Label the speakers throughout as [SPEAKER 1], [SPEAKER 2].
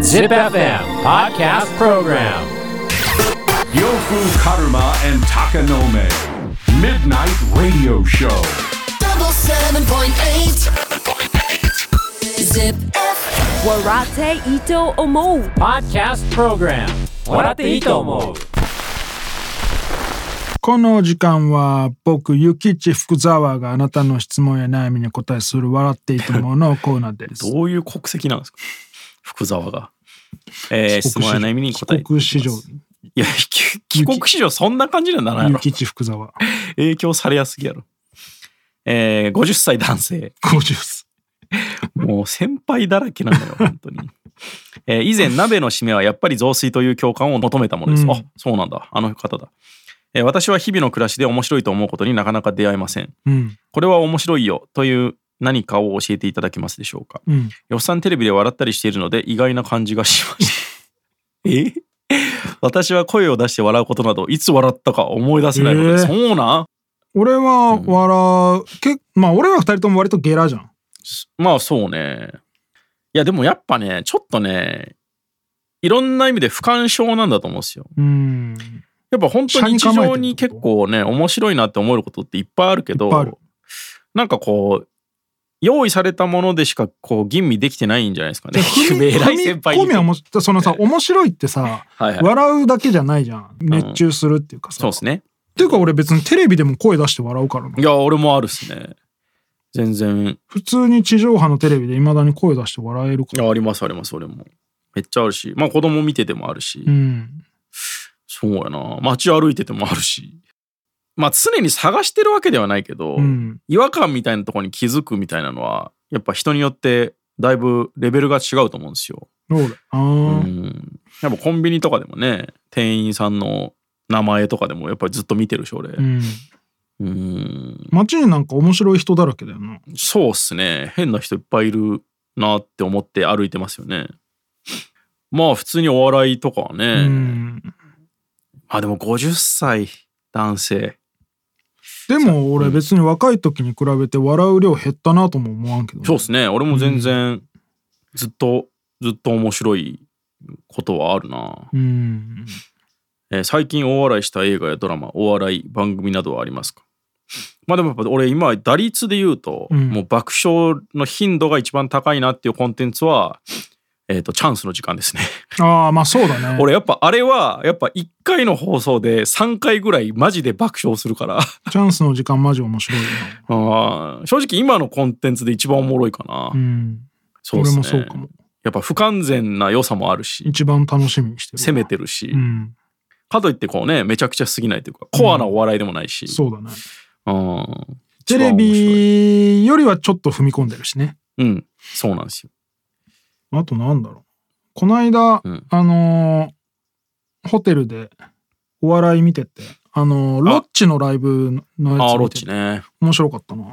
[SPEAKER 1] Zip FM Podcast Program
[SPEAKER 2] Yofu Karuma and Takanome. Midnight Radio Show.
[SPEAKER 3] double seven point eight. Zip.
[SPEAKER 4] Warate Ito Omo.
[SPEAKER 1] Podcast Program 笑っていいと思う
[SPEAKER 5] この時間は僕、ゆきち福沢があなたの質問や悩みに答えする笑っていいと思うのコーナーです。
[SPEAKER 6] どういう国籍なんですか福沢が。えー、質問や悩みに答えて
[SPEAKER 5] 帰
[SPEAKER 6] いきま
[SPEAKER 5] 国
[SPEAKER 6] す
[SPEAKER 5] 子女、
[SPEAKER 6] いや、帰帰国子女そんな感じにはならない
[SPEAKER 5] ゆ
[SPEAKER 6] やろ。
[SPEAKER 5] きち福沢。
[SPEAKER 6] 影響されやすぎやろ。えー、50歳男性。
[SPEAKER 5] 50歳。
[SPEAKER 6] もう先輩だらけな のよ、本当に。えー以前、鍋の締めはやっぱり雑炊という共感を求めたものです。
[SPEAKER 5] うん
[SPEAKER 6] あそうなんだ。あの方だ。えー私は日々の暮らしで面白いと思うことになかなか出会えません。
[SPEAKER 5] うん。
[SPEAKER 6] これは面白いよという何かを教えていただけますでしょうか。
[SPEAKER 5] うん。
[SPEAKER 6] よっさんテレビで笑ったりしているので意外な感じがしました。 え私は声を出して笑うことなどいつ笑ったか思い出せないので、
[SPEAKER 5] えー
[SPEAKER 6] そうなん
[SPEAKER 5] 俺は笑う、けまあ俺ら二人とも割とゲラじゃん。
[SPEAKER 6] まあそうね。いやでもやっぱね、ちょっとね、いろんな意味で不感症なんだと思うんですよ。
[SPEAKER 5] うん。
[SPEAKER 6] やっぱ本当
[SPEAKER 5] 下
[SPEAKER 6] に
[SPEAKER 5] に
[SPEAKER 6] 日
[SPEAKER 5] 構えてるってこと
[SPEAKER 6] 常に結構ね、面白いなって思えることっていっぱいあるけ
[SPEAKER 5] いっぱいある
[SPEAKER 6] ど、なんかこう、用意されたものでしかこう吟味できてないんじゃないですかね。 偉い先輩
[SPEAKER 5] 込
[SPEAKER 6] に
[SPEAKER 5] みはもうそのさ、面白いってさ、
[SPEAKER 6] はいはい。
[SPEAKER 5] 笑うだけじゃないじゃん。熱中するっていうかさ。
[SPEAKER 6] そうですね。。
[SPEAKER 5] っていうか俺別にテレビでも声出して笑うからない
[SPEAKER 6] や、俺もあるっすね。全然。
[SPEAKER 5] 普通に地上波のテレビで未だに声出して笑えるか
[SPEAKER 6] い
[SPEAKER 5] ら。
[SPEAKER 6] や、あります、あります、俺も。めっちゃあるし。まあ、子供見ててもあるし。
[SPEAKER 5] うん。
[SPEAKER 6] そうやな。街歩いててもあるし。まあ、常に探してるわけではないけど、
[SPEAKER 5] うん。
[SPEAKER 6] 違和感みたいなとこに気づくみたいなのは、やっぱ人によって、だいぶレベルが違うと思うんですよ。
[SPEAKER 5] どうだあ
[SPEAKER 6] う
[SPEAKER 5] ー
[SPEAKER 6] ん。やっぱコンビニとかでもね、店員さんの名前とかでも、やっぱりずっと見てるし、俺。
[SPEAKER 5] うん。
[SPEAKER 6] うん。
[SPEAKER 5] 街になんか面白い人だらけだよな。
[SPEAKER 6] そうっすね。変な人いっぱいいるなって思って歩いてますよね。まあ普通にお笑いとかはね。
[SPEAKER 5] うん。
[SPEAKER 6] あでも50歳男性。
[SPEAKER 5] でも俺別に若い時に比べて笑う量減ったなとも思わんけど、
[SPEAKER 6] そうっすね。俺も全然ずっと、ずっと面白いことはあるな、
[SPEAKER 5] うん。
[SPEAKER 6] えー最近大笑いした映画やドラマ、お笑い番組などはありますかまあでもやっぱ俺今打率で言うと、
[SPEAKER 5] うん
[SPEAKER 6] もう爆笑の頻度が一番高いなっていうコンテンツは、えっ、と、チャンスの時間ですね。
[SPEAKER 5] ああ、まあそうだね。
[SPEAKER 6] 俺やっぱあれはやっぱ1回の放送で3回ぐらいマジで爆笑するから
[SPEAKER 5] チャンスの時間マジ面白いよ
[SPEAKER 6] あー正直今のコンテンツで一番おもろいかな、
[SPEAKER 5] な。うん。
[SPEAKER 6] そうで
[SPEAKER 5] 俺
[SPEAKER 6] す
[SPEAKER 5] も
[SPEAKER 6] ね
[SPEAKER 5] そうかも。
[SPEAKER 6] やっぱ不完全な良さもあるし
[SPEAKER 5] 一番楽しみにしてる。
[SPEAKER 6] 攻めてるし、
[SPEAKER 5] うん。
[SPEAKER 6] かといってこうねめちゃくちゃすぎないというかコアなお笑いでもないし、
[SPEAKER 5] そうだね。
[SPEAKER 6] うん
[SPEAKER 5] テレビよりはちょっと踏み込んでるしね。
[SPEAKER 6] うんそうなんですよ
[SPEAKER 5] あとなんだろう。この間、
[SPEAKER 6] うん
[SPEAKER 5] あのーホテルでお笑い見てて、あのーロッチのライブのや
[SPEAKER 6] あ
[SPEAKER 5] つ
[SPEAKER 6] ーロ
[SPEAKER 5] 見
[SPEAKER 6] ッ
[SPEAKER 5] て
[SPEAKER 6] チ
[SPEAKER 5] て、
[SPEAKER 6] ね
[SPEAKER 5] 面白かったな。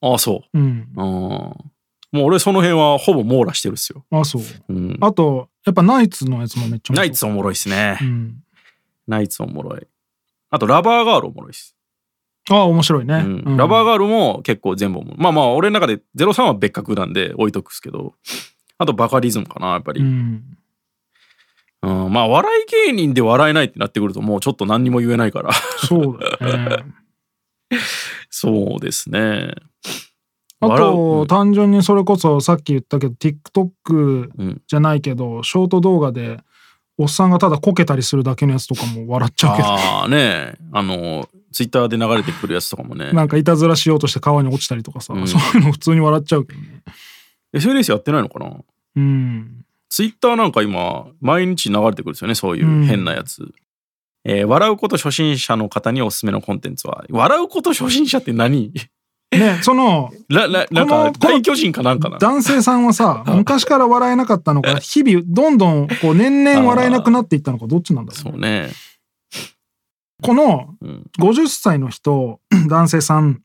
[SPEAKER 6] ああそ
[SPEAKER 5] うん
[SPEAKER 6] う。うんもう俺その辺はほぼ網羅してるっすよ、
[SPEAKER 5] あ、そう。
[SPEAKER 6] うん、
[SPEAKER 5] あと、やっぱナイツのやつもめっちゃ面白い
[SPEAKER 6] ナイツおもろいっすね、
[SPEAKER 5] うん。
[SPEAKER 6] ナイツおもろいあとラバーガールおもろいっす
[SPEAKER 5] ああ、面白いね。
[SPEAKER 6] うん
[SPEAKER 5] うん
[SPEAKER 6] ラバーガールも結構全部思うまあまあ俺の中で03は別格なんで置いとくっすけどあとバカリズムかなやっぱり、
[SPEAKER 5] う
[SPEAKER 6] うん
[SPEAKER 5] ん。
[SPEAKER 6] まあ笑い芸人で笑えないってなってくるともうちょっと何にも言えないから
[SPEAKER 5] そうだよね。
[SPEAKER 6] そうですね
[SPEAKER 5] あ
[SPEAKER 6] 笑うう
[SPEAKER 5] と、
[SPEAKER 6] ん
[SPEAKER 5] 単純にそれこそさっき言ったけど、TikTok
[SPEAKER 6] うん
[SPEAKER 5] じゃないけど、ショート動画で、おっさんがただこけたりするだけのやつとかも笑っちゃうけど、
[SPEAKER 6] ああねあのツイッターで流れてくるやつとかもね
[SPEAKER 5] なんかいたずらしようとして川に落ちたりとかさ、
[SPEAKER 6] うん
[SPEAKER 5] そういうの普通に笑っちゃうけどね。
[SPEAKER 6] SNS やってないのかな
[SPEAKER 5] うん。
[SPEAKER 6] ツイッターなんか今、毎日流れてくるんですよね、そういう変なやつ。えー笑うこと初心者の方におすすめのコンテンツは、笑うこと初心者って何
[SPEAKER 5] ね、その、
[SPEAKER 6] ららなんか
[SPEAKER 5] この、この
[SPEAKER 6] 大巨人かなんかな。
[SPEAKER 5] 男性さんは さ、昔から笑えなかったのか、日々、どんどん、こう、年々笑えなくなっていったのか、どっちなんだろうね
[SPEAKER 6] そうね。
[SPEAKER 5] この
[SPEAKER 6] うん
[SPEAKER 5] 50歳の人 男性さん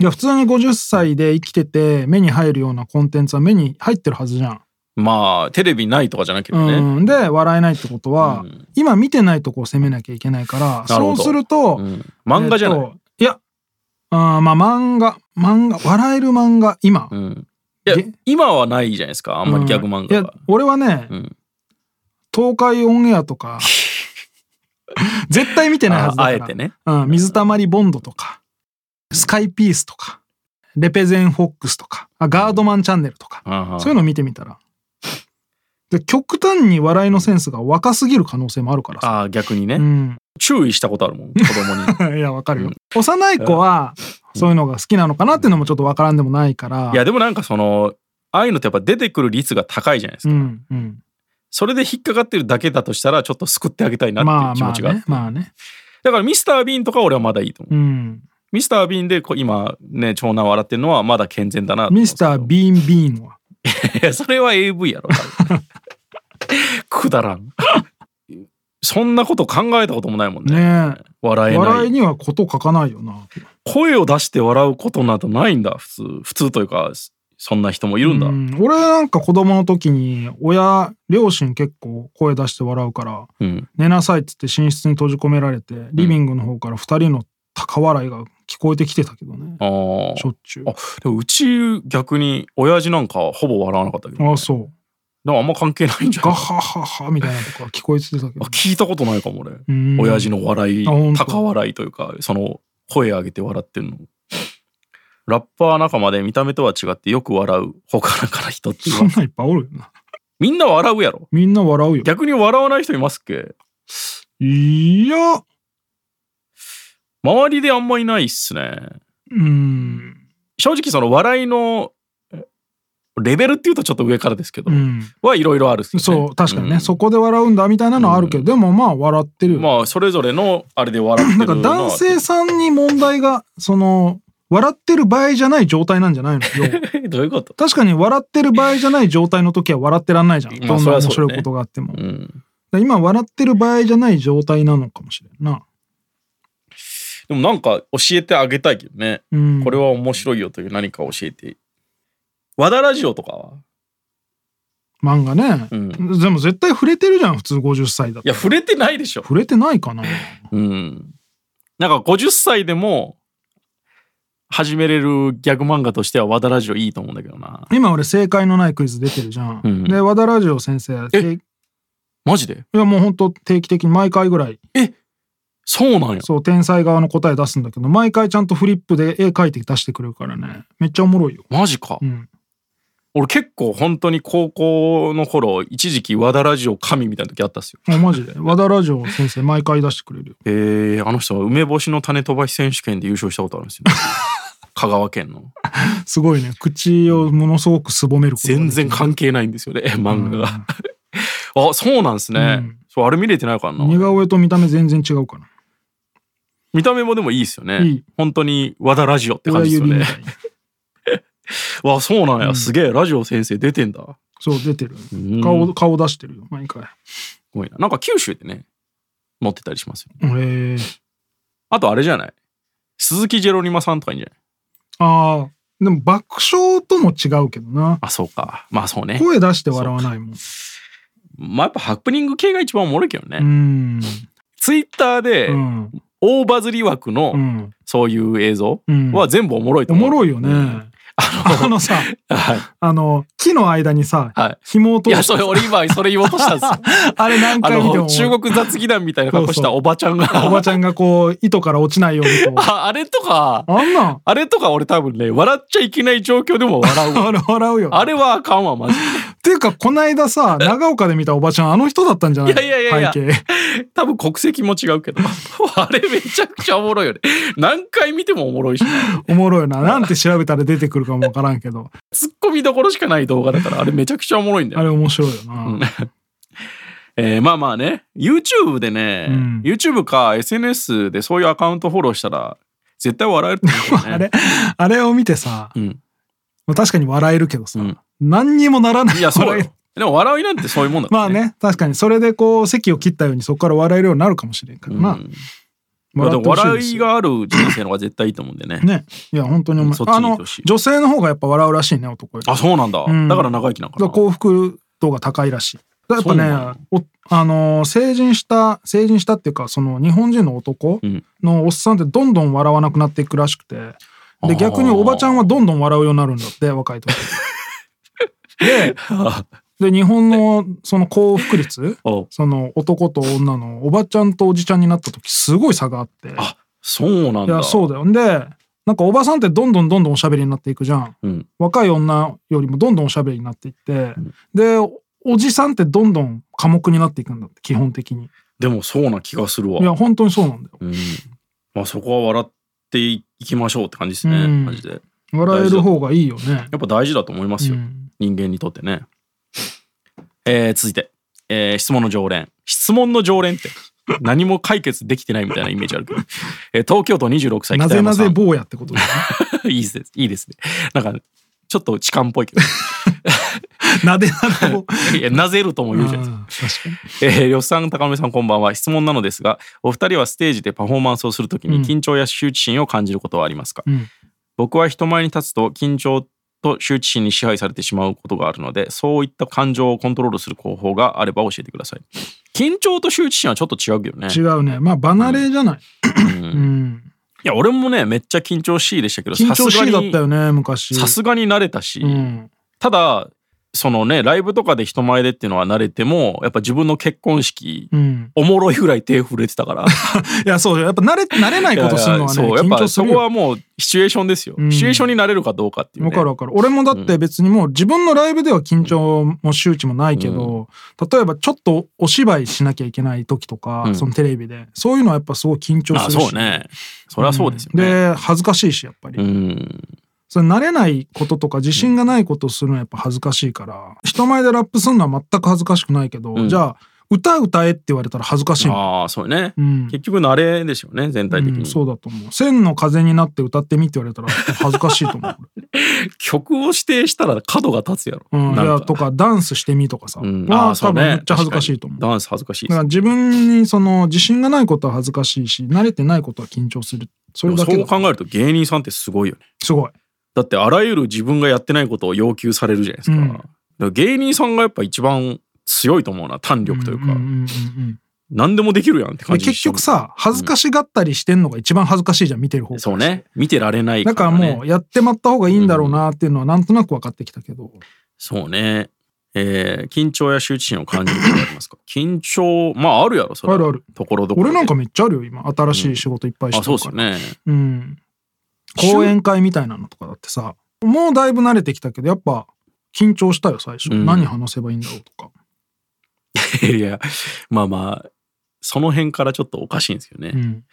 [SPEAKER 5] いや普通に50歳で生きてて目に入るようなコンテンツは目に入ってるはずじゃん。
[SPEAKER 6] まあ、テレビないとかじゃなければね。
[SPEAKER 5] うん、で笑えないってことは、
[SPEAKER 6] うん
[SPEAKER 5] 今見てないとこを攻めなきゃいけないから
[SPEAKER 6] なる
[SPEAKER 5] そ
[SPEAKER 6] ほ
[SPEAKER 5] う
[SPEAKER 6] ど
[SPEAKER 5] すると、
[SPEAKER 6] うん漫画じゃない。
[SPEAKER 5] えっといやあーまあ漫画漫画笑える漫画今
[SPEAKER 6] うんや
[SPEAKER 5] げ
[SPEAKER 6] 今はないじゃないですかあんまりギャグ漫
[SPEAKER 5] い
[SPEAKER 6] 画
[SPEAKER 5] や
[SPEAKER 6] が、
[SPEAKER 5] 俺はね、
[SPEAKER 6] うん
[SPEAKER 5] 東海オンエアと か絶対見てないは
[SPEAKER 6] あ
[SPEAKER 5] ずだ
[SPEAKER 6] あ
[SPEAKER 5] から
[SPEAKER 6] えてね
[SPEAKER 5] うん、水たまりボンドとかスカイピースとかレペゼンフォックスとかあガードマンチャンネルとか
[SPEAKER 6] ああ
[SPEAKER 5] そういうの見てみたらで極端に笑いのセンスが若すぎる可能性もあるからさ、
[SPEAKER 6] ああ逆にね、
[SPEAKER 5] うん、
[SPEAKER 6] 注意したことあるもん子供に
[SPEAKER 5] いやわかるよ、幼い子はそういうのが好きなのかなっていうのもちょっとわからんでもないから
[SPEAKER 6] いやでもなんかそのああいうのってやっぱ出てくる率が高いじゃないです
[SPEAKER 5] う
[SPEAKER 6] か、
[SPEAKER 5] んうん
[SPEAKER 6] それで引っかかってるだけだとしたらちょっと救ってあげたいな
[SPEAKER 5] ま
[SPEAKER 6] っ
[SPEAKER 5] あ
[SPEAKER 6] ていう気
[SPEAKER 5] まあ
[SPEAKER 6] 持ちがあって
[SPEAKER 5] ねまあね
[SPEAKER 6] だからミスター・ビーンとかは俺はまだいいと思
[SPEAKER 5] う
[SPEAKER 6] う、
[SPEAKER 5] ん
[SPEAKER 6] ミスター・ビーンでこう今ね長男笑ってるのはまだ健全だなと思うんで
[SPEAKER 5] ミ
[SPEAKER 6] す
[SPEAKER 5] ス
[SPEAKER 6] けど
[SPEAKER 5] ター・ビーン・ビーンは。
[SPEAKER 6] いやそれは AV やろ 多分くだらんそんなこと考えたこともないもんね
[SPEAKER 5] ね
[SPEAKER 6] 笑
[SPEAKER 5] え。
[SPEAKER 6] えない
[SPEAKER 5] 笑いにはこと書かないよな。
[SPEAKER 6] 声を出して笑うことなどないんだ普通普通というかそんな人もいるんだ、
[SPEAKER 5] うん俺なんか子供の時に親、両親結構声出して笑うから、
[SPEAKER 6] うん
[SPEAKER 5] 寝なさいっつって寝室に閉じ込められて、リビングの方から二人の高笑いが聞こえてきてたけどね。
[SPEAKER 6] あー
[SPEAKER 5] しょっちゅう
[SPEAKER 6] あ。でもうち逆に親父なんかほぼ笑わなかったけど、
[SPEAKER 5] ああ、そう。
[SPEAKER 6] でもあんま関係ないんじゃな
[SPEAKER 5] ガ
[SPEAKER 6] い
[SPEAKER 5] ハハハみたいなとか聞こえてたけど
[SPEAKER 6] あ。聞いたことないかも俺、
[SPEAKER 5] うん
[SPEAKER 6] 親父の笑い
[SPEAKER 5] あほんと
[SPEAKER 6] 高笑いというかその声上げて笑ってるのラッパー仲間で見た目とは違ってよく笑う他から人っていう
[SPEAKER 5] そ
[SPEAKER 6] の
[SPEAKER 5] ん
[SPEAKER 6] は
[SPEAKER 5] なんいっぱいおるよな。
[SPEAKER 6] みんな笑うやろ
[SPEAKER 5] みんな笑うよ。
[SPEAKER 6] 逆に笑わない人いますっけ
[SPEAKER 5] いや、
[SPEAKER 6] 周りであんまいないっすね
[SPEAKER 5] うん。
[SPEAKER 6] 正直その笑いのえレベルっていうとちょっと上からですけど、
[SPEAKER 5] うん。
[SPEAKER 6] はいろいろあるっすよね
[SPEAKER 5] そう、確かにね、
[SPEAKER 6] うん
[SPEAKER 5] そこで笑うんだみたいなのはあるけど、でもまあ笑ってるよね
[SPEAKER 6] まあそれぞれのあれで笑っ
[SPEAKER 5] な
[SPEAKER 6] て
[SPEAKER 5] ん
[SPEAKER 6] る
[SPEAKER 5] か
[SPEAKER 6] のは
[SPEAKER 5] 男性さんに問題が、その、笑ってる場合じゃない状態なんじゃない の要は
[SPEAKER 6] どういうこと
[SPEAKER 5] 確かに笑ってる場合じゃない状態の時は笑ってらんないじゃん。
[SPEAKER 6] まあ
[SPEAKER 5] どん
[SPEAKER 6] そ
[SPEAKER 5] な面
[SPEAKER 6] りゃそうだ
[SPEAKER 5] 白
[SPEAKER 6] よ
[SPEAKER 5] い
[SPEAKER 6] ね
[SPEAKER 5] ことがあっても。
[SPEAKER 6] う
[SPEAKER 5] だか
[SPEAKER 6] ん
[SPEAKER 5] ら今笑ってる場合じゃない状態なのかもしれんな。
[SPEAKER 6] でもなんか教えてあげたいけどね
[SPEAKER 5] うん。
[SPEAKER 6] これは面白いよという何か教えて。和田ラジオとかは
[SPEAKER 5] 漫画ね。
[SPEAKER 6] うん
[SPEAKER 5] でも絶対触れてるじゃん、普通50歳だっ
[SPEAKER 6] い
[SPEAKER 5] て。
[SPEAKER 6] や、触れてないでしょ。
[SPEAKER 5] 触れてないかな。
[SPEAKER 6] うん。なんか50歳でも始めれるギャグ漫画としては和田ラジオいいと思うんだけどな。
[SPEAKER 5] 今俺正解のないクイズ出てるじゃん。
[SPEAKER 6] うん
[SPEAKER 5] で、和田ラジオ先生。
[SPEAKER 6] え
[SPEAKER 5] 定い
[SPEAKER 6] マジで
[SPEAKER 5] やもう本当定期的に毎回ぐらい
[SPEAKER 6] そうなんや。
[SPEAKER 5] そう、天才側の答え出すんだけど、毎回ちゃんとフリップで絵描いて出してくれるからね。めっちゃおもろいよ。
[SPEAKER 6] マジか
[SPEAKER 5] う。ん。
[SPEAKER 6] 俺結構本当に高校の頃、一時期和田ラジオ神みたいな時あったっすよ。
[SPEAKER 5] あ、マジで。 和田ラジオ先生、毎回出してくれるよ。
[SPEAKER 6] えー、あの人は梅干しの種飛ばし選手権で優勝したことあるん ですよ、香川県の。
[SPEAKER 5] すごいね。口をものすごくすぼめることができ
[SPEAKER 6] 全
[SPEAKER 5] る
[SPEAKER 6] 然関係ないんですよね、漫画が。あ、そうなんですね。
[SPEAKER 5] うん
[SPEAKER 6] そう、あれ見れてないからな。
[SPEAKER 5] 似顔絵と見た目全然違うから。
[SPEAKER 6] 見た目もでもいいですよね。
[SPEAKER 5] いい
[SPEAKER 6] 本当に和田ラジオって感
[SPEAKER 5] 親
[SPEAKER 6] じですよ
[SPEAKER 5] 指み
[SPEAKER 6] ね
[SPEAKER 5] た。いに。
[SPEAKER 6] わあ、そうなんや。すげえ、ラジオ先生出てんだ。
[SPEAKER 5] そう、出てる。
[SPEAKER 6] うん
[SPEAKER 5] 顔、顔出してるよ、毎回。へ
[SPEAKER 6] すごいな。なんか九州でね、持ってたりしますよね。
[SPEAKER 5] え。
[SPEAKER 6] あとあれじゃない鈴木ジェロニマさんとかいいんじゃない
[SPEAKER 5] ああ、でも爆笑とも違うけどな。
[SPEAKER 6] あ、そうか。まあそうね。
[SPEAKER 5] 声出して笑わないもん。
[SPEAKER 6] まあやっぱハプニング系が一番おもろいけどね。
[SPEAKER 5] うん。
[SPEAKER 6] ツイッターで
[SPEAKER 5] う、ん。
[SPEAKER 6] 大バズり枠
[SPEAKER 5] う
[SPEAKER 6] の
[SPEAKER 5] ん。
[SPEAKER 6] そういう映像
[SPEAKER 5] うん
[SPEAKER 6] は全部おもろいと
[SPEAKER 5] お
[SPEAKER 6] 思う。
[SPEAKER 5] もろいよね。
[SPEAKER 6] あ
[SPEAKER 5] あのさ、
[SPEAKER 6] の、 はい。
[SPEAKER 5] あの、木の間にさ、
[SPEAKER 6] はい
[SPEAKER 5] 紐を通
[SPEAKER 6] い
[SPEAKER 5] し
[SPEAKER 6] や、それ俺今、それ言おうとしたんですよ。
[SPEAKER 5] あれ何
[SPEAKER 6] あ
[SPEAKER 5] 回見ても
[SPEAKER 6] の、中国雑技団みたいな格好したおばちゃん が。
[SPEAKER 5] おばちゃんがこう糸から落ちないようにこう
[SPEAKER 6] ああれとか、
[SPEAKER 5] あんなん
[SPEAKER 6] あれとか俺多分ね、笑っちゃいけない状況でも 笑うわ。
[SPEAKER 5] あれ笑うよ
[SPEAKER 6] あれはあかんわ、マジ
[SPEAKER 5] っていうかこないださ長岡で見たおばちゃんあの人だったんじゃない
[SPEAKER 6] いやいやいやいや
[SPEAKER 5] 背景
[SPEAKER 6] で。多分国籍も違うけど。 あれめちゃくちゃおもろいよね。何回見てもおもろいし。
[SPEAKER 5] おもろいよななんて調べたら出てくるかもわからんけど
[SPEAKER 6] ツッコミどころしかない動画だから、あれめちゃくちゃおもろいんだ
[SPEAKER 5] あ
[SPEAKER 6] よ。
[SPEAKER 5] れ面白いよな、
[SPEAKER 6] んえーまあまあね、YouTube でね、
[SPEAKER 5] うん
[SPEAKER 6] YouTube か SNS でそういうアカウントフォローしたら、絶対笑えると思う、
[SPEAKER 5] あれ
[SPEAKER 6] ね。
[SPEAKER 5] あれを見てさ、
[SPEAKER 6] うん
[SPEAKER 5] 確かに笑えるけどさ、
[SPEAKER 6] うん
[SPEAKER 5] 何にもならない
[SPEAKER 6] いや、そう
[SPEAKER 5] 笑い
[SPEAKER 6] よ。でも笑いなんてそういうもんだから
[SPEAKER 5] まあね確かにそれでこう席を切ったようにそこから笑えるようになるかもしれんからな、
[SPEAKER 6] うんまあでも
[SPEAKER 5] ってほし
[SPEAKER 6] 笑
[SPEAKER 5] です
[SPEAKER 6] い
[SPEAKER 5] よ
[SPEAKER 6] がある人生の方が絶対いいと思うんでね。
[SPEAKER 5] ねいや本当にお前、
[SPEAKER 6] そっち
[SPEAKER 5] あ
[SPEAKER 6] に行っ
[SPEAKER 5] の
[SPEAKER 6] てほしい
[SPEAKER 5] 女性の方がやっぱ笑うらしいね男より
[SPEAKER 6] あ、そうなんだ。
[SPEAKER 5] ん
[SPEAKER 6] だから長生きなんか
[SPEAKER 5] だ
[SPEAKER 6] な。
[SPEAKER 5] から幸福度が高いらしい。だから
[SPEAKER 6] そう
[SPEAKER 5] や
[SPEAKER 6] な
[SPEAKER 5] っぱね、おあのー成人した成人したっていうかその日本人の男
[SPEAKER 6] うん
[SPEAKER 5] のおっさんってどんどん笑わなくなっていくらしくて、
[SPEAKER 6] あ
[SPEAKER 5] で
[SPEAKER 6] ー
[SPEAKER 5] 逆におばちゃんはどんどん笑うようになるんだって若い時。で、で、日本のその幸福率、
[SPEAKER 6] お
[SPEAKER 5] その男と女のおばちゃんとおじちゃんになった時すごい差があって。
[SPEAKER 6] あそうなん
[SPEAKER 5] い
[SPEAKER 6] だ
[SPEAKER 5] や、そうだよ。んで、なんかおばさんってどんどんどんどんおしゃべりになっていくじゃん。
[SPEAKER 6] うん
[SPEAKER 5] 若い女よりもどんどんおしゃべりになっていって、で、おじさんってどんどん寡黙になっていくんだって、基本的に。
[SPEAKER 6] でもそうな気がするわ
[SPEAKER 5] いや、本当にそうなんだよ。
[SPEAKER 6] うんまあ、そこは笑っていきましょうって感じですね、
[SPEAKER 5] うん
[SPEAKER 6] マジでや
[SPEAKER 5] 笑える方がいいよね。
[SPEAKER 6] っぱ大事だと思いますよ、
[SPEAKER 5] うん
[SPEAKER 6] 人間にとってね、えー続いて、えー質問の常連質問の常連って何も解決できてないみたいなイメージあるけど、 えー東京都26歳
[SPEAKER 5] な
[SPEAKER 6] 北
[SPEAKER 5] ぜ
[SPEAKER 6] 山
[SPEAKER 5] な
[SPEAKER 6] さん
[SPEAKER 5] ぜ坊やってことだよね。
[SPEAKER 6] いいですねいいですねなんかちょっと痴漢っぽいけど
[SPEAKER 5] なでなで坊
[SPEAKER 6] いやなぜるとも言うじゃないですか
[SPEAKER 5] うん確かに。
[SPEAKER 6] えー、呂布さん高めさんこんばんは質問なのですがお二人はステージでパフォーマンスをするとき
[SPEAKER 5] うん
[SPEAKER 6] に緊張や羞恥心を感じることはありますか、
[SPEAKER 5] うん
[SPEAKER 6] 僕は人前に立つと緊張と羞恥心に支配されてしまうことがあるのでそういった感情をコントロールする方法があれば教えてください緊張と羞恥心はちょっと違うけどね
[SPEAKER 5] 違うね。まあ、離れじゃない。
[SPEAKER 6] うんい
[SPEAKER 5] うん。
[SPEAKER 6] や俺もねめっちゃ緊張しいでしたけど
[SPEAKER 5] 緊張しいだった
[SPEAKER 6] よ
[SPEAKER 5] よね、昔。
[SPEAKER 6] さすがに慣れたし、
[SPEAKER 5] うん。
[SPEAKER 6] ただそのねライブとかで人前でっていうのは慣れてもやっぱ自分の結婚式、
[SPEAKER 5] うん。
[SPEAKER 6] おもろいぐらい手震えてたから
[SPEAKER 5] いや、そうよやっぱ慣れ、慣れないことするのはね、
[SPEAKER 6] いやい
[SPEAKER 5] 緊
[SPEAKER 6] やそうやっぱ
[SPEAKER 5] 張す
[SPEAKER 6] そ
[SPEAKER 5] る
[SPEAKER 6] こ
[SPEAKER 5] よ。
[SPEAKER 6] はもうシチュエーションですよ、
[SPEAKER 5] うん
[SPEAKER 6] シチュエーションになれるかどうかっていう、ね、
[SPEAKER 5] わかるわかる。俺もだって別にもう自分のライブでは緊張も周知もないけど、例えばちょっとお芝居しなきゃいけない時とか、
[SPEAKER 6] うん
[SPEAKER 5] そのテレビで、そういうのはやっぱすごい緊張
[SPEAKER 6] あ
[SPEAKER 5] するし。
[SPEAKER 6] そうねそれはそうですよ
[SPEAKER 5] ん
[SPEAKER 6] ね、
[SPEAKER 5] で、恥ずかしいし、やっぱり。
[SPEAKER 6] うん
[SPEAKER 5] それ慣れないこととか自信がないことをするのはやっぱ恥ずかしいから、人前でラップするのは全く恥ずかしくないけど、
[SPEAKER 6] うん
[SPEAKER 5] じゃあ、歌歌えって言われたら恥ずかしいもん。
[SPEAKER 6] ああそうね、
[SPEAKER 5] うん
[SPEAKER 6] 結局慣れでしょうね全体的に、
[SPEAKER 5] うんそうだと思う。千の風になって歌ってみって言われたら恥ずかしいと思う。
[SPEAKER 6] 曲を指定したら角が立つやろ、
[SPEAKER 5] うん、い
[SPEAKER 6] なん
[SPEAKER 5] や
[SPEAKER 6] か
[SPEAKER 5] とかダンスしてみとかさ、
[SPEAKER 6] うん
[SPEAKER 5] は
[SPEAKER 6] あーそ
[SPEAKER 5] 多
[SPEAKER 6] うね
[SPEAKER 5] 分めっちゃ恥ずかしいと思う。
[SPEAKER 6] 確
[SPEAKER 5] だか
[SPEAKER 6] かにダンス恥ずかしいです
[SPEAKER 5] ら自分にその自信がないことは恥ずかしいし、慣れてないことは緊張する。そ
[SPEAKER 6] で
[SPEAKER 5] れ
[SPEAKER 6] も
[SPEAKER 5] だけ
[SPEAKER 6] そう
[SPEAKER 5] だ
[SPEAKER 6] 考えると芸人さんってすごいよね
[SPEAKER 5] すごい。
[SPEAKER 6] だってあらゆる自分がやってないことを要求されるじゃないですか,、
[SPEAKER 5] うん
[SPEAKER 6] だから芸人さんがやっぱ一番強いと思うな胆力というか、
[SPEAKER 5] うんうんうんうん
[SPEAKER 6] 何でもできるやんって
[SPEAKER 5] で
[SPEAKER 6] 感じ
[SPEAKER 5] 結局さ、恥ずかしがったりしてんのが一番恥ずかしいじゃん、見てる方が。
[SPEAKER 6] そうね見てられない
[SPEAKER 5] だ
[SPEAKER 6] か、
[SPEAKER 5] からら
[SPEAKER 6] ね、
[SPEAKER 5] もうやってまった方がいいんだろうなっていうのはなんとなく分かってきたけど。
[SPEAKER 6] そうね。えー緊張や羞恥心を感じることはあ りますか緊張、まああるやろ、それ
[SPEAKER 5] あ
[SPEAKER 6] は。
[SPEAKER 5] るある
[SPEAKER 6] ところどころ
[SPEAKER 5] 俺
[SPEAKER 6] で。
[SPEAKER 5] なんかめっちゃあるよ、今。新しい仕事いっぱいして
[SPEAKER 6] あ、
[SPEAKER 5] る
[SPEAKER 6] そ
[SPEAKER 5] か
[SPEAKER 6] う
[SPEAKER 5] ら。
[SPEAKER 6] ですよね。
[SPEAKER 5] うん。講演会みたいなのとかだってさ、もうだいぶ慣れてきたけど、やっぱ緊張したよ、最初。
[SPEAKER 6] うん
[SPEAKER 5] 何話せばいいんだろうとか。
[SPEAKER 6] いや、まあまあ、その辺からちょっとおかしいんですよね。
[SPEAKER 5] うん。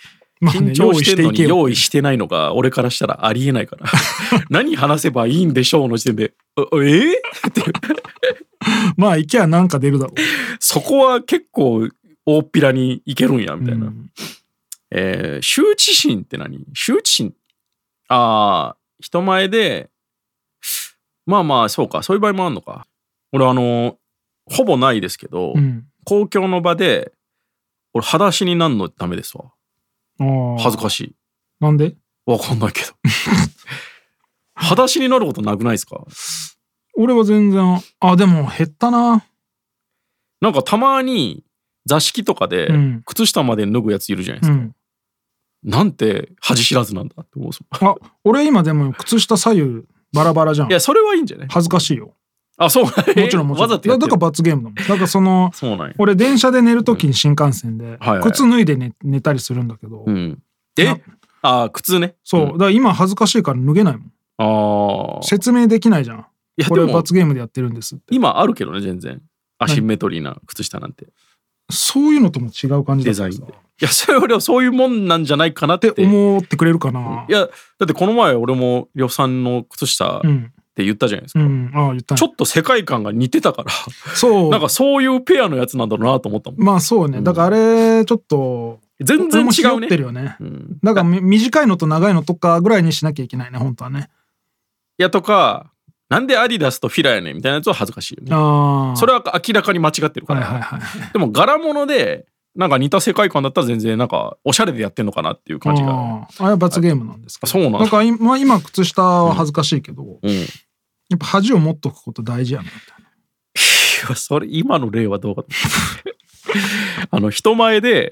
[SPEAKER 5] まあね
[SPEAKER 6] 緊張してるのに
[SPEAKER 5] よ
[SPEAKER 6] 用意してないのが俺からしたらありえないから。 何話せばいいんでしょうの時点で、あえーって
[SPEAKER 5] まあ、行きゃなんか出るだろう。
[SPEAKER 6] そこは結構大っぴらにいけるん や、みたいな。
[SPEAKER 5] うん
[SPEAKER 6] えー羞恥心って何羞恥心ああ、人前で、まあまあ、そうか、そういう場合もあるのか。俺、あの、ほぼないですけど、
[SPEAKER 5] うん。
[SPEAKER 6] 公共の場で、俺、裸足になんのダメですわ。恥ず
[SPEAKER 5] し
[SPEAKER 6] かしい。
[SPEAKER 5] い。なんで
[SPEAKER 6] わかんない けど。裸足になることなくないですか
[SPEAKER 5] 俺は全然、あ、でも減ったな。
[SPEAKER 6] なんかたまに座敷とかで
[SPEAKER 5] うん
[SPEAKER 6] 靴下まで脱ぐやついるじゃないで
[SPEAKER 5] う
[SPEAKER 6] すか。
[SPEAKER 5] ん。
[SPEAKER 6] なんて恥知らずなんだって思うっすもん
[SPEAKER 5] あ、俺今でも靴下左右バラバラじゃん
[SPEAKER 6] い。や、それはいいんじゃない
[SPEAKER 5] 恥ずかしいよ。
[SPEAKER 6] あ、そう。
[SPEAKER 5] もちろんもちろん。
[SPEAKER 6] わざとやって
[SPEAKER 5] だ
[SPEAKER 6] る
[SPEAKER 5] から罰ゲームだもん。だからその、
[SPEAKER 6] そうなんや。
[SPEAKER 5] 俺電車で寝るときに新幹線で
[SPEAKER 6] はいはい、
[SPEAKER 5] 靴脱いで寝寝たりするんだけど、
[SPEAKER 6] うん。え
[SPEAKER 5] な
[SPEAKER 6] あー、苦痛ね。
[SPEAKER 5] そう、
[SPEAKER 6] ん
[SPEAKER 5] だから今恥ずかしいから脱げないもん
[SPEAKER 6] ああ。
[SPEAKER 5] 説明できないじゃん
[SPEAKER 6] いや、
[SPEAKER 5] こ
[SPEAKER 6] で
[SPEAKER 5] れ
[SPEAKER 6] も、
[SPEAKER 5] 罰ゲームでやってるんですって
[SPEAKER 6] 今あるけどね、全然。アシンメトリーな靴下なんて。い
[SPEAKER 5] そういうのとも違う感じだから
[SPEAKER 6] デザ
[SPEAKER 5] さ
[SPEAKER 6] インでや、それは俺はそういうもんなんじゃないかなって。
[SPEAKER 5] って思ってくれるかない
[SPEAKER 6] や、だってこの前俺も、りょうさんの靴下っ
[SPEAKER 5] うん
[SPEAKER 6] て言ったじゃないです
[SPEAKER 5] う
[SPEAKER 6] か。
[SPEAKER 5] んああ言ったね
[SPEAKER 6] ちょっと世界観が似てたから、
[SPEAKER 5] そう
[SPEAKER 6] なんかそういうペアのやつなんだろうなと思ったもん。
[SPEAKER 5] まあそうねだからあれちょっと
[SPEAKER 6] 全
[SPEAKER 5] 俺
[SPEAKER 6] 然違う
[SPEAKER 5] もひよって
[SPEAKER 6] ね。
[SPEAKER 5] るよね
[SPEAKER 6] うん
[SPEAKER 5] だからみ短いのと長いのとかぐらいにしなきゃいけないね本当はね
[SPEAKER 6] いや、とか、なんでアディダスとフィラやねんみたいなやつは恥ずかしいよね。
[SPEAKER 5] ああ
[SPEAKER 6] それは明らかに間違ってるか
[SPEAKER 5] はい
[SPEAKER 6] ら。
[SPEAKER 5] はいはい
[SPEAKER 6] でも柄物でなんか似た世界観だったら全然なんかおしゃれでやってんのかなっていう感じが。
[SPEAKER 5] あああれは罰ゲームなんですけど
[SPEAKER 6] あそうなんだ
[SPEAKER 5] だから今今靴下は恥ずかしいけど、
[SPEAKER 6] うん、い
[SPEAKER 5] やっぱ恥を持っとくこと大事やなみたいな
[SPEAKER 6] やそれ今の例 はどうかと思ってあの人前で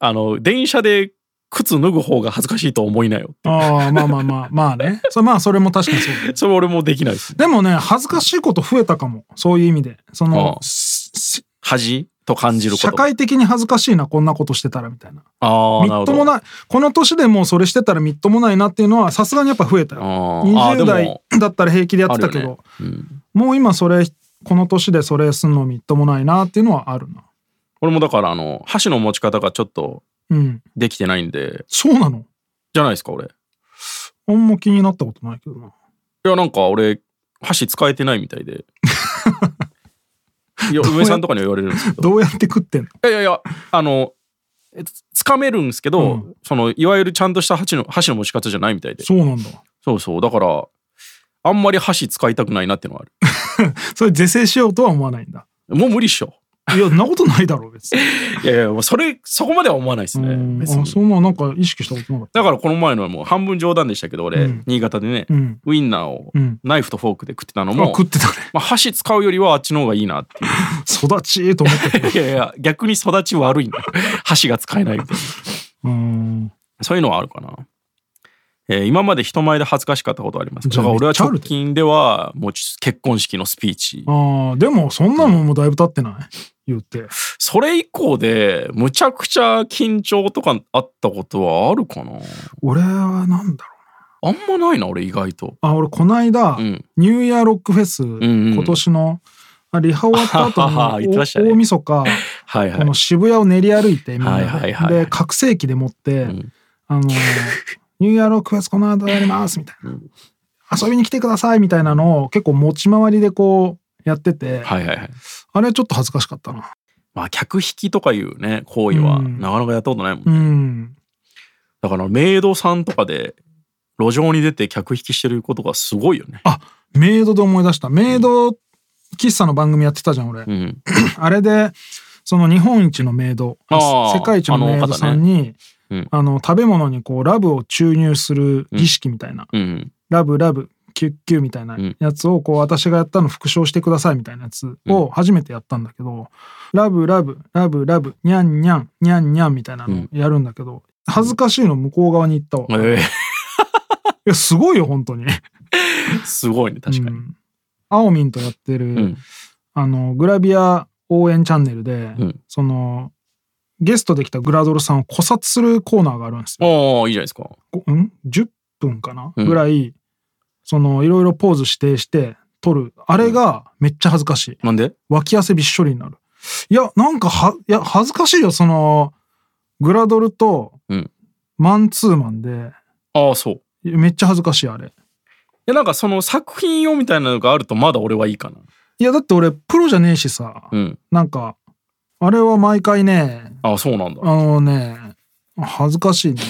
[SPEAKER 6] あの電車で靴脱ぐ方が恥ずかしいと思いなよ。
[SPEAKER 5] ああ、まあまあまあ、まあね。それまあ、それも確かにそうだね。
[SPEAKER 6] それ俺もできないですね。
[SPEAKER 5] でもね、恥ずかしいこと増えたかも。そういう意味で。そ
[SPEAKER 6] あ
[SPEAKER 5] の
[SPEAKER 6] あ、
[SPEAKER 5] しし
[SPEAKER 6] 恥と感じること。
[SPEAKER 5] 社会的に恥ずかしいな、こんなことしてたらみたいな。
[SPEAKER 6] ああ、
[SPEAKER 5] み
[SPEAKER 6] なるほ
[SPEAKER 5] っ
[SPEAKER 6] ど。
[SPEAKER 5] ともない。この年でもうそれしてたらみっともないなっていうのは、さすがにやっぱ増えたよ。
[SPEAKER 6] あーあーで
[SPEAKER 5] 20
[SPEAKER 6] も
[SPEAKER 5] 代だったら平気でやってたけ
[SPEAKER 6] ある
[SPEAKER 5] ど、
[SPEAKER 6] ようん
[SPEAKER 5] もう今それ、この年でそれすんのみっともないなっていうのはあるな。
[SPEAKER 6] 俺もだから、あの、箸の持ち方がちょっと
[SPEAKER 5] うん。
[SPEAKER 6] できてないんで、
[SPEAKER 5] そうなの
[SPEAKER 6] じゃないですか、俺。い
[SPEAKER 5] あんま気になったことないけどな。
[SPEAKER 6] や、なんか俺、箸使えてないみた いで。いや、嫁さんとかには言われるんですけど。
[SPEAKER 5] どうやって食ってんの
[SPEAKER 6] いやいやいや、あの、えつつかめるんですけど、
[SPEAKER 5] うん
[SPEAKER 6] その、いわゆるちゃんとした箸の、箸の持ち方じゃないみたいで。
[SPEAKER 5] そうなんだ。
[SPEAKER 6] そうそう。だから、あんまり箸使いたくないなってのはある。
[SPEAKER 5] それ是正しようとは思わないんだ。
[SPEAKER 6] もう無理っしょ。
[SPEAKER 5] いや、そんなことないだろう、別 に。
[SPEAKER 6] いやいや、もうそれ、そこまでは思わないです
[SPEAKER 5] う
[SPEAKER 6] ね。
[SPEAKER 5] ん
[SPEAKER 6] 別
[SPEAKER 5] あ
[SPEAKER 6] に
[SPEAKER 5] そんななんか意識したことなかっ
[SPEAKER 6] だからこの前のはもう半分冗談でしたけど、俺、
[SPEAKER 5] うん
[SPEAKER 6] 新潟でね、
[SPEAKER 5] た。うん。
[SPEAKER 6] ウインナーを
[SPEAKER 5] うん。
[SPEAKER 6] ナイフとフォークで食ってたの
[SPEAKER 5] あ、
[SPEAKER 6] も、
[SPEAKER 5] 食ってたね。
[SPEAKER 6] まあ、箸使うよりはあっちの方がいいなってい
[SPEAKER 5] 育ちと思ってた。
[SPEAKER 6] う。 いやいや、逆に育ち悪いんだよ。箸が使えないみたいな。
[SPEAKER 5] うん。
[SPEAKER 6] そういうのはあるかな。えー今まで人前で恥ずかしかったことありますか
[SPEAKER 5] じゃ
[SPEAKER 6] だ
[SPEAKER 5] あ
[SPEAKER 6] から俺は
[SPEAKER 5] めっちゃある
[SPEAKER 6] 直近では、もう結婚式のスピーチ。
[SPEAKER 5] ああ、でもそんなもんもうだいぶ経ってない言って。
[SPEAKER 6] それ以降で、むちゃくちゃ緊張とかあったことはあるかな
[SPEAKER 5] 俺はなんだろ
[SPEAKER 6] あんまないな、俺意外と。
[SPEAKER 5] う。あ、俺こないだ
[SPEAKER 6] う、ん。
[SPEAKER 5] ニューイヤーロックフェス、
[SPEAKER 6] うん
[SPEAKER 5] 今年の、あリハ終わった後
[SPEAKER 6] 言って
[SPEAKER 5] に、
[SPEAKER 6] ましたね
[SPEAKER 5] 大晦日、
[SPEAKER 6] はいは
[SPEAKER 5] こ
[SPEAKER 6] い
[SPEAKER 5] の。渋谷を練り歩いて、みんなで、
[SPEAKER 6] はいはいはい
[SPEAKER 5] で拡声器で持って、
[SPEAKER 6] ん
[SPEAKER 5] あのー、ニューイヤーロックフェスこの後やります、みたいな。遊びに来てください、みたいなのを結構持ち回りでこうやってて、
[SPEAKER 6] はいはいはい。
[SPEAKER 5] あれはちょっと恥ずかしかったな。
[SPEAKER 6] まあ、客引きとかいうね、行為は、
[SPEAKER 5] うん
[SPEAKER 6] なかなかやったことないもん。
[SPEAKER 5] うん。
[SPEAKER 6] だから、メイドさんとかで、路上に出て客引きしてることがすごいよね。
[SPEAKER 5] あメイドで思い出したメイド喫茶の番組やってたじゃん俺、
[SPEAKER 6] うん。
[SPEAKER 5] あれでその日本一のメイド
[SPEAKER 6] あー
[SPEAKER 5] 世界一のメイドさんに
[SPEAKER 6] あ
[SPEAKER 5] あの、
[SPEAKER 6] の方ね
[SPEAKER 5] 食べ物にこうラブを注入する儀式みたいな、
[SPEAKER 6] うん。
[SPEAKER 5] ラブラブキュッキュみたいなやつをこう私がやったの復唱してくださいみたいなやつを初めてやったんだけど、ラブラブラブラブニャンニャンニャンニャンみたいなのやるんだけど、恥ずかしいの向こう側に行ったわ、い
[SPEAKER 6] え
[SPEAKER 5] やすごいよ本当に
[SPEAKER 6] えすごいね、確かに。
[SPEAKER 5] うんあおみんとやってる、
[SPEAKER 6] うん。
[SPEAKER 5] あのグラビア応援チャンネルで、
[SPEAKER 6] うん
[SPEAKER 5] そのゲストできたグラドルさんを考察するコーナーがあるんですよ。
[SPEAKER 6] ああ、いいじゃないですか。
[SPEAKER 5] こうん、10分かな、
[SPEAKER 6] うん
[SPEAKER 5] ぐらいそのいろいろポーズ指定して撮るあれがめっちゃ恥ずかしい
[SPEAKER 6] なんで
[SPEAKER 5] 脇汗びっしょりになるいやなんかはいや恥ずかしいよそのグラドルと
[SPEAKER 6] うん
[SPEAKER 5] マンツーマンで
[SPEAKER 6] ああ、そう。い
[SPEAKER 5] めっちゃ恥ずかしいあれ
[SPEAKER 6] や、なんかその作品用みたいなのがあると、まだ俺はいいかな。
[SPEAKER 5] いやだって俺プロじゃねえしさ
[SPEAKER 6] うん。
[SPEAKER 5] なんかあれは毎回ね
[SPEAKER 6] ああ、そうなんだ。
[SPEAKER 5] あのね、恥ずかしいね。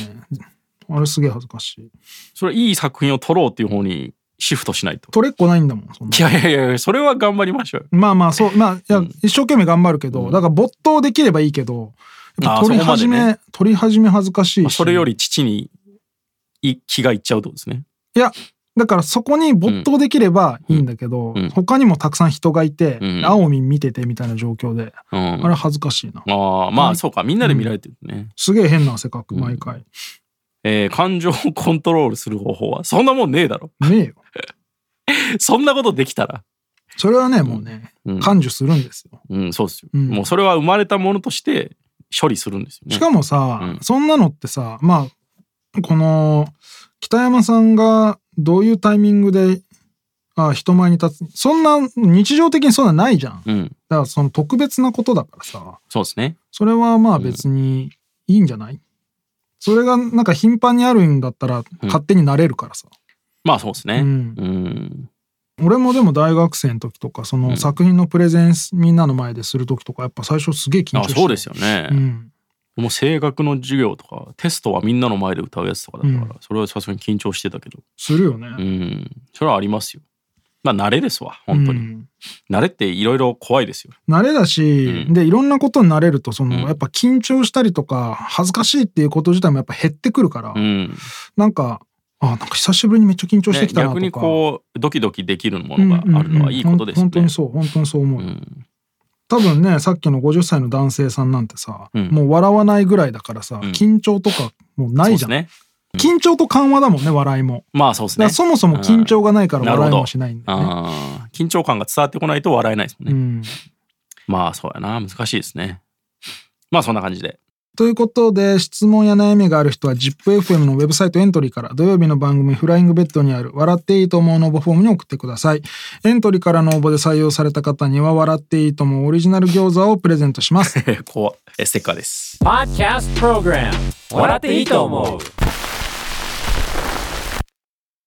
[SPEAKER 5] あれすげえ恥ずかしい。
[SPEAKER 6] それ、いい作品を撮ろうっていう方にシフトしないと。。
[SPEAKER 5] 取れっこないんだもん、そんない
[SPEAKER 6] やいやいやいや、それは頑張りましょうよ。
[SPEAKER 5] まあまあ、そう、まあ、いや
[SPEAKER 6] うん
[SPEAKER 5] 一生懸命頑張るけど、だから没頭できればいいけど、やっ
[SPEAKER 6] あー
[SPEAKER 5] ぱ取り始
[SPEAKER 6] そこま
[SPEAKER 5] め、取り始め恥ずかしい
[SPEAKER 6] まあ
[SPEAKER 5] し。
[SPEAKER 6] それよ。り父にい気がいっちゃうってことですね。
[SPEAKER 5] いや、だからそこに没頭できればいいんだけど、
[SPEAKER 6] うんうん
[SPEAKER 5] 他にもたくさん人がいて、
[SPEAKER 6] うん
[SPEAKER 5] あおみん見ててみたいな状況で、
[SPEAKER 6] うん、
[SPEAKER 5] あれ恥ずかしいな。
[SPEAKER 6] ああま
[SPEAKER 5] う
[SPEAKER 6] あ
[SPEAKER 5] ん
[SPEAKER 6] そうかみんなで見られてるね、
[SPEAKER 5] すげえ変な汗かく、
[SPEAKER 6] うん
[SPEAKER 5] 毎回。
[SPEAKER 6] えー感情をコントロールする方法はそんなもんねえだろ
[SPEAKER 5] ねえよ。
[SPEAKER 6] そんなことできたら
[SPEAKER 5] それはね、もうね、
[SPEAKER 6] うん、
[SPEAKER 5] 感受するんですよ。
[SPEAKER 6] うん、そうですよ、
[SPEAKER 5] うん
[SPEAKER 6] もうそれは生まれたものとして処理するんですよね
[SPEAKER 5] しかもさ、
[SPEAKER 6] うん
[SPEAKER 5] そんなのってさまあこの北山さんがどういうタイミングであ人前に立つそんな日常的にそんなないじゃんだか
[SPEAKER 6] うん
[SPEAKER 5] らその特別なことだからさ
[SPEAKER 6] そうですね
[SPEAKER 5] それはまあ別にいいんじゃない、それがなんか頻繁にあるんだったら勝手になれるからさ、
[SPEAKER 6] まあそうです
[SPEAKER 5] う
[SPEAKER 6] ね
[SPEAKER 5] ん
[SPEAKER 6] うん、
[SPEAKER 5] 俺もでも大学生の時とかその作品のプレゼンみんなの前でする時とかやっぱ最初すげえ緊張
[SPEAKER 6] あ
[SPEAKER 5] して
[SPEAKER 6] そうですよね、
[SPEAKER 5] うん、
[SPEAKER 6] もう声楽の授業とかテストはみんなの前で歌うやつとかだったから、それはさすがに緊張してたけど
[SPEAKER 5] するよね、
[SPEAKER 6] うんそれはありますよまあ慣れですわ本当に、
[SPEAKER 5] うん
[SPEAKER 6] 慣れっていろいろ怖いですよ
[SPEAKER 5] 慣れだし、
[SPEAKER 6] うん
[SPEAKER 5] でいろんなことに慣れるとその、
[SPEAKER 6] うん
[SPEAKER 5] やっぱ緊張したりとか恥ずかしいっていうこと自体もやっぱ減ってくるから、
[SPEAKER 6] うん
[SPEAKER 5] なんかあなんか久しぶりにめっちゃ緊張して
[SPEAKER 6] ね
[SPEAKER 5] きたなとか、
[SPEAKER 6] 逆にこうドキドキできるものがあるのはいいことで
[SPEAKER 5] う
[SPEAKER 6] すね
[SPEAKER 5] んうんうんほん本当にそう本当にそう思う、
[SPEAKER 6] うん
[SPEAKER 5] 多分ねさっきの50歳の男性さんなんてさ、
[SPEAKER 6] うん
[SPEAKER 5] もう笑わないぐらいだからさ、
[SPEAKER 6] うん
[SPEAKER 5] 緊張とかもうないじゃん、
[SPEAKER 6] そうですね。
[SPEAKER 5] 緊張と緩和だもんね笑いも、
[SPEAKER 6] まあそうで
[SPEAKER 5] だ
[SPEAKER 6] す
[SPEAKER 5] か
[SPEAKER 6] ね。
[SPEAKER 5] らそもそも緊張がないから笑いもしないんだよね
[SPEAKER 6] あー緊張感が伝わってこないと笑えないですもん
[SPEAKER 5] う
[SPEAKER 6] ね。
[SPEAKER 5] ん、
[SPEAKER 6] まあそうやな。難しいですね。まあそんな感じで。
[SPEAKER 5] ということで質問や悩みがある人は ZIPFM のウェブサイトエントリーから土曜日の番組「フライングベッド」にある「笑っていいと思う」の応募フォームに送ってくださいエントリーからの応募で採用された方には「笑っていいと思う」オリジナル餃子をプレゼントします
[SPEAKER 6] えーこう、えーステッカーです。
[SPEAKER 1] Podcast Program 笑っていいと思う